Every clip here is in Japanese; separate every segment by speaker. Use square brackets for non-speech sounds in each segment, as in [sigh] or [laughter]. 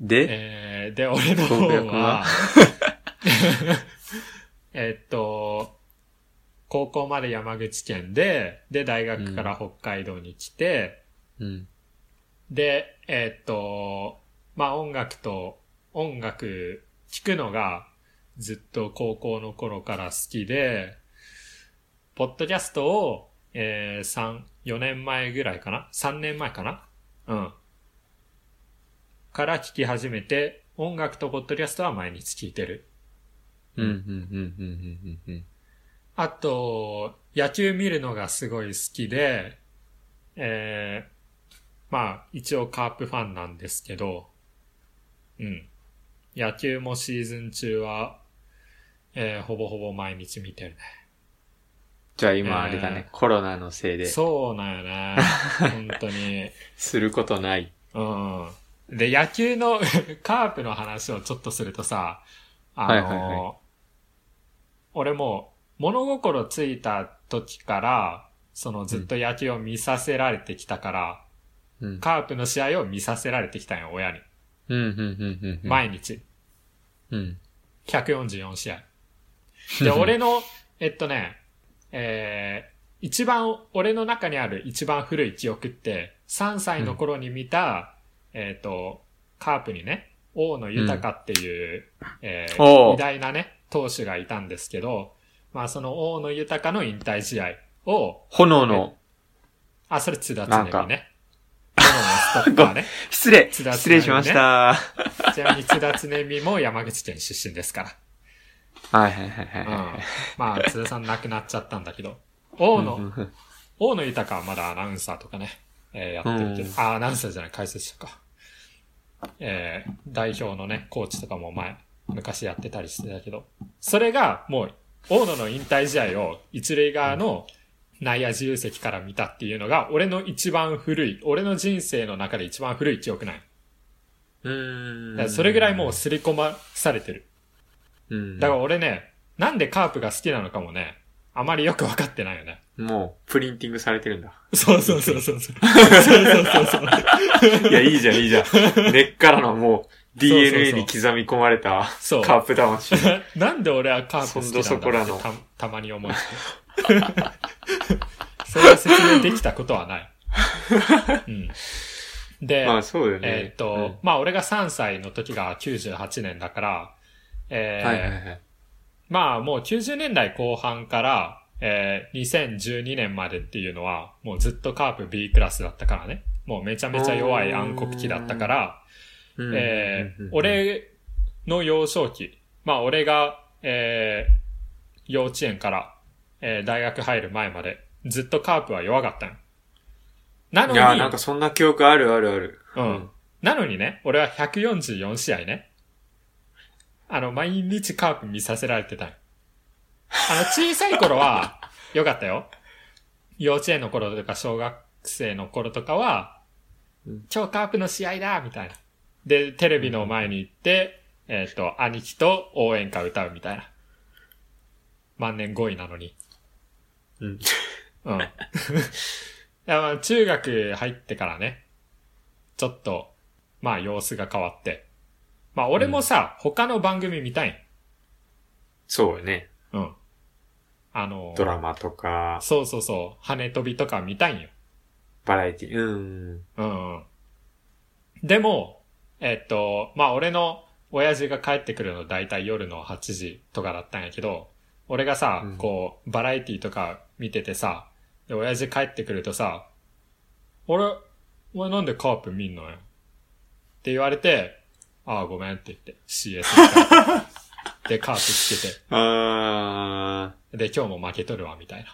Speaker 1: で、
Speaker 2: えー、で、俺の方
Speaker 1: 攻略は
Speaker 2: は、 [laughs] えっと、高校まで山口県で、で、大学から北海道に来て、
Speaker 1: うん。
Speaker 2: で、えっと、まあ、音楽と、音楽、聴くのが、ずっと高校の頃から好きで、ポッドキャストを、えー、3、4年前ぐらいかな ?3 年前かなうん。から聴き始めて、音楽とポッドキャストは毎日聴いてる。
Speaker 1: うん、うん、うん、うん、うん、うん。
Speaker 2: あと、野球見るのがすごい好きで、えーまあ、一応カープファンなんですけど、うん。野球もシーズン中は、えーほぼほぼ毎日見てる
Speaker 1: じゃあ今あれだね、
Speaker 2: え
Speaker 1: コロナのせい
Speaker 2: ね。
Speaker 1: で、
Speaker 2: そうなんよね。本当に。
Speaker 1: することない。
Speaker 2: うん。で、野球の [laughs] カープの話をちょっとするとさ、あの、
Speaker 1: はいはいは
Speaker 2: 俺もう物心ついた時から、そのずっと野球を見させられてきたから、
Speaker 1: うん。
Speaker 2: カープの試合を見させられてきたんよ、親に。
Speaker 1: うん、うん、うん、うんうん。
Speaker 2: 毎日。
Speaker 1: うん。
Speaker 2: 144
Speaker 1: [laughs]
Speaker 2: 試合。で、俺の、えっとね、えー、一番、俺の中にある一番古い記憶って、3歳の頃に見た、えっ、と、カープにね、大野豊っていう、えー
Speaker 1: おう
Speaker 2: 偉大なね、投手がいたんですけど、まあその大野豊の引退試合を、
Speaker 1: 炎の、
Speaker 2: あ、それ津田
Speaker 1: な
Speaker 2: 常
Speaker 1: んか
Speaker 2: 美
Speaker 1: [laughs]
Speaker 2: ね。大野のストッカーね。
Speaker 1: 失礼
Speaker 2: 津田
Speaker 1: 失礼しました。
Speaker 2: ちなみに津田常美も山口県出身ですから。
Speaker 1: はいはいはいはい
Speaker 2: うん
Speaker 1: は
Speaker 2: まあ、津田さん亡くなっちゃったんだけど、大
Speaker 1: い。
Speaker 2: 野、
Speaker 1: うんうん
Speaker 2: 大野豊はまだアナウンサーとかね、えーやってるけど
Speaker 1: う、ん
Speaker 2: あ、アナウンサーじゃない、解説者か。えー代表のね、コーチとかも前、昔やってたりしてたけど、それがもう、大野の引退試合を一塁側の内野自由席から見たっていうのが、俺の一番古い、俺の人生の中で一番古い記憶ない。
Speaker 1: う
Speaker 2: だ
Speaker 1: ん
Speaker 2: からそれぐらいもう刷り込まされてる。
Speaker 1: うん。
Speaker 2: だから俺ね、なんでカープが好きなのかもね、あまりよくわかってないよね。
Speaker 1: もう、プリンティングされてるんだ。
Speaker 2: そうそうそうそうそう。そうそうそうそう。
Speaker 1: いや、いいじゃん、いいじゃん。根っからのもう、
Speaker 2: そうそうそう
Speaker 1: DNA に刻み込まれた、
Speaker 2: そう
Speaker 1: カープ魂。
Speaker 2: なんで俺はカープ好き
Speaker 1: そんどそこ
Speaker 2: な
Speaker 1: ら
Speaker 2: んだ
Speaker 1: の
Speaker 2: ってたたまに [laughs] 思いつくそれは説明できたことはない。うん、で、
Speaker 1: まあ、そうだよね。
Speaker 2: えーっと、まあ俺が3歳の時が98年だから、え
Speaker 1: うん、
Speaker 2: ー
Speaker 1: はいはいはい。
Speaker 2: まあもう90年代後半から、えー2012年までっていうのは、もうずっとカープ B クラスだったからね。もうめちゃめちゃ弱い暗黒期だったから、
Speaker 1: うん
Speaker 2: え
Speaker 1: うん
Speaker 2: ー
Speaker 1: うん
Speaker 2: 俺の幼少期、まあ俺が、えー幼稚園から、えー大学入る前まで、ずっとカープは弱かったんよな
Speaker 1: い
Speaker 2: のに、
Speaker 1: や、なんかそんな記憶あるあるある。
Speaker 2: うん。なのにね、俺は144試合ね、あの、毎日カープ見させられてたんよあの、小さい頃
Speaker 1: [laughs]
Speaker 2: は、よかったよ。幼稚園の頃とか小学生の頃とかは
Speaker 1: うん、
Speaker 2: 今日カープの試合だみたいな。で、テレビの前に行って、えっ、と、兄貴と応援歌歌うみたいな。万年5位なのに。
Speaker 1: うん。
Speaker 2: うん。 [laughs] いやまあ中学入ってからね、ちょっと、まあ様子が変わって。まあ俺もさ、他の番組見たい
Speaker 1: そうよね。
Speaker 2: ん。うん。あのー、
Speaker 1: ドラマとか、
Speaker 2: そうそうそう、羽飛びとか見たいんよ。
Speaker 1: バラエティ、うん。
Speaker 2: うんうん。でも、えっと、まあ俺の親父が帰ってくるの大体夜の8時とかだったんやけど、俺がさ、
Speaker 1: うん
Speaker 2: こう、バラエティとか見ててさ、で、親父帰ってくるとさ、俺、俺なんでカープ見んのよって言われて、ああ、ごめんって言って CS 見た [laughs] で、カープつけて、
Speaker 1: あ
Speaker 2: で、今日も負けとるわ、みたい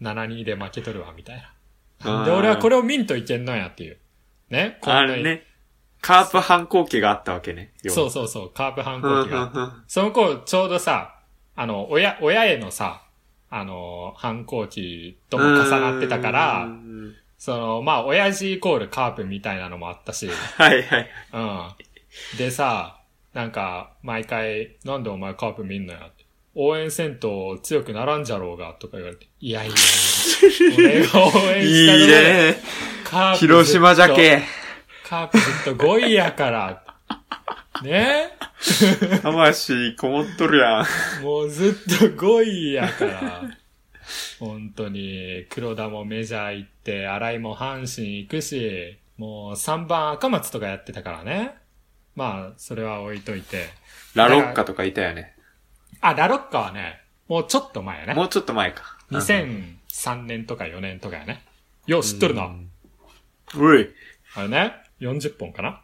Speaker 2: な。7-2で負けとるわ、みたい
Speaker 1: ーあ
Speaker 2: な。
Speaker 1: ー。
Speaker 2: で、俺はこ
Speaker 1: れ、
Speaker 2: れを見んといけんのやっていう。ね、こん
Speaker 1: あ
Speaker 2: なに
Speaker 1: れね。カープ反抗期があったわけね。
Speaker 2: そ
Speaker 1: そ
Speaker 2: うそうそう、カープ
Speaker 1: う
Speaker 2: 反
Speaker 1: ん。うん
Speaker 2: 抗期が。その頃、ちょうどさ、あの、親、親へのさ、あの、反抗期とも重なってたから、
Speaker 1: うん
Speaker 2: その、まあ、親父イコールカープみたいなのもあったし、
Speaker 1: はいはい。
Speaker 2: うん。でさ、なんか、毎回、なんでお前カープ見んのやって。応援せんと強くならんじゃろうが、とか言われて。いやいやいや。俺が応援したの
Speaker 1: いい
Speaker 2: で、
Speaker 1: ね。
Speaker 2: カープずっと
Speaker 1: 広島じゃけ。
Speaker 2: カープずっと5位やから。ね
Speaker 1: 魂こもっとるやん。
Speaker 2: もうずっと5位やから。本当に、黒田もメジャー行って、新井も阪神行くし、もう3番赤松とかやってたからね。まあ、それは置いといて。
Speaker 1: ラロッカとかいたよね。
Speaker 2: あ、ラロッカはね、もうちょっと前やね。
Speaker 1: もうちょっと前か。
Speaker 2: 2003年とか4年とかやね。よう、知っとるな。
Speaker 1: うん。うい。
Speaker 2: あれね、40本かな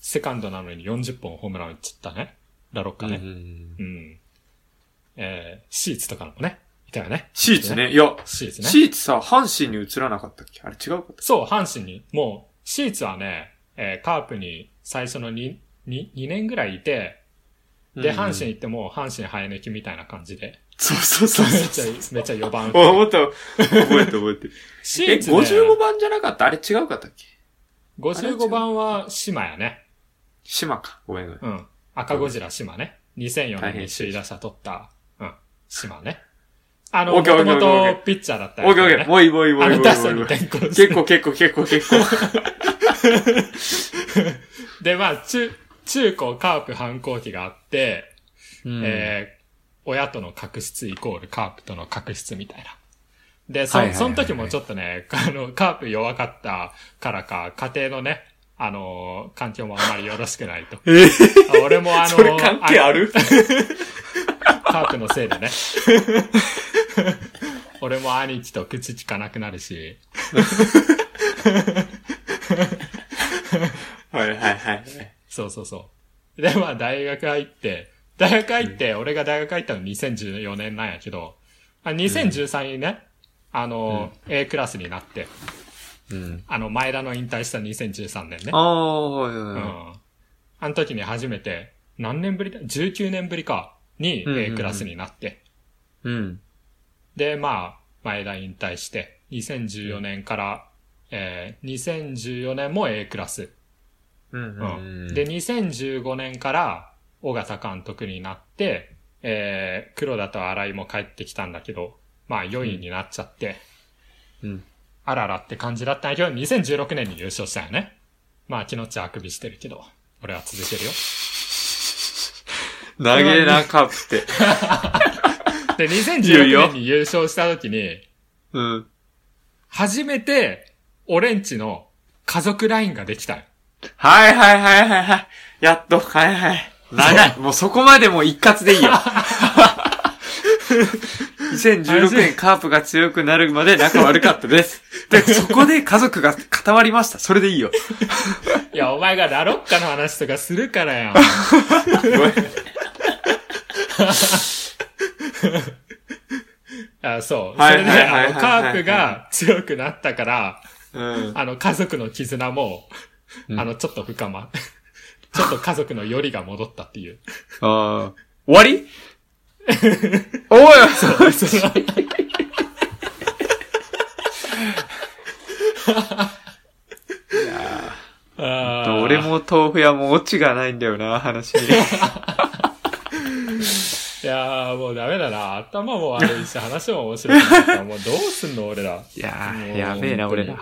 Speaker 2: セカンドなのに40本ホームラン打っちゃったね。ラロッカ
Speaker 1: うんう
Speaker 2: ね。
Speaker 1: ん
Speaker 2: うん。えー、シーツとかもね、いたよね。
Speaker 1: シーツね。いや、
Speaker 2: シーツね。
Speaker 1: シーツさ、阪神に移らなかったっけあれ違うかった
Speaker 2: そう、阪神に。もう、シーツはね、えーカープに最初の 2, 2, 2年ぐらいいて、で、阪神。行ってもう阪神生え抜きみたいな感じで。
Speaker 1: そうそうそう
Speaker 2: [laughs] めっ
Speaker 1: そ
Speaker 2: ち
Speaker 1: う
Speaker 2: ゃ。、めっちゃ4番打っ
Speaker 1: お、も
Speaker 2: て。
Speaker 1: っと、覚えて覚えて。
Speaker 2: シ
Speaker 1: え、
Speaker 2: ーツ、ね、
Speaker 1: 55番じゃなかったあれ違うかったっけ
Speaker 2: 55番は島やね。
Speaker 1: 島か。ごめんごめん。
Speaker 2: うん。赤ゴジラ島ね。2004
Speaker 1: 大
Speaker 2: 年
Speaker 1: 変
Speaker 2: に
Speaker 1: 失
Speaker 2: 首
Speaker 1: 礼
Speaker 2: 位打者取った、うん、島ね。あの、
Speaker 1: オ
Speaker 2: も
Speaker 1: ッケーオッ
Speaker 2: と
Speaker 1: ケーオッ
Speaker 2: も
Speaker 1: ケーオッケ
Speaker 2: とピッチャーだった
Speaker 1: オッケーオッケー。
Speaker 2: ね。
Speaker 1: もういいもういいもうい
Speaker 2: あ
Speaker 1: いもうい
Speaker 2: の
Speaker 1: い
Speaker 2: 打
Speaker 1: も
Speaker 2: 者
Speaker 1: う
Speaker 2: に
Speaker 1: いい。
Speaker 2: 転向す
Speaker 1: 結
Speaker 2: る。
Speaker 1: 構結構結構結構。
Speaker 2: で、まあ、中、中高カープ反抗期があって、
Speaker 1: うん
Speaker 2: えー親との確執イコールカープとの確執みたいな。で、
Speaker 1: はい
Speaker 2: そ
Speaker 1: はい、はい
Speaker 2: その時もちょっとね、あの、カープ弱かったからか、家庭のね、あのー環境もあんまりよろしくないと。
Speaker 1: [laughs] え
Speaker 2: あ俺もあのー
Speaker 1: [laughs] [laughs] それ関係ある
Speaker 2: カープのせいでね。 [laughs] 俺も兄貴と口利かなくなるし、
Speaker 1: はいはいはい。
Speaker 2: そうそうそう。で、まあ大学入って、大学入って、俺が大学入ったの2014年なんやけど、あ2013にね、あの、A クラスになって、
Speaker 1: うん。
Speaker 2: あの、前田の引退した2013年ね。
Speaker 1: ああ、はいは
Speaker 2: う
Speaker 1: い
Speaker 2: ん。
Speaker 1: は
Speaker 2: あの時に初めて、何年ぶりだ ?19 年ぶりか、に
Speaker 1: うんうんうん
Speaker 2: A クラスになって、
Speaker 1: い。うん。
Speaker 2: で、まあ、前田引退して、2014年から、えー、2014年も A クラス。
Speaker 1: うんう
Speaker 2: うん
Speaker 1: ん。
Speaker 2: で、、2015年から、尾形監督になって、えー、黒田と新井も帰ってきたんだけど、まあ、4位になっちゃって、
Speaker 1: うん。
Speaker 2: あららって感じだったんだけど、2016年に優勝したよね。まあ、気のちあくびしてるけど、俺は続けるよ。
Speaker 1: 投げな、カープって。
Speaker 2: で、
Speaker 1: いい
Speaker 2: 2016
Speaker 1: よ
Speaker 2: 年に優勝した時に、
Speaker 1: うん。
Speaker 2: 初めて、俺んちの家族ラインができたよ。
Speaker 1: はいはいはいはいはい。やっと、はいはい。長 [laughs] い。もうそこまでもう一括で [laughs] いいよ。2016年カープが強くなるまで仲悪かったです。 [laughs] で、そこで家族が固まりました。それでいいよ。
Speaker 2: いや、お前がラロッカの話とかするからやん。
Speaker 1: ごめん
Speaker 2: あそう。そ
Speaker 1: はい
Speaker 2: れで、
Speaker 1: はいはいはい
Speaker 2: あの、カープが強くなったから、
Speaker 1: うん。
Speaker 2: あの、家族の絆も、
Speaker 1: うん
Speaker 2: あの、ちょっと深ま、 [laughs] ちょっと家族のよりが戻ったっ
Speaker 1: [laughs]
Speaker 2: ていう。
Speaker 1: ああ。終わ [laughs] りおい
Speaker 2: そのあー
Speaker 1: 俺。も豆腐屋もオチがないんだよな、話 [laughs] に。
Speaker 2: いやーもうダメだな。頭も悪いし、話も面白くないから。もうどうすんの俺ら。
Speaker 1: いや
Speaker 2: も
Speaker 1: ー、
Speaker 2: う
Speaker 1: やべえな、
Speaker 2: 本当
Speaker 1: 俺
Speaker 2: に
Speaker 1: ら。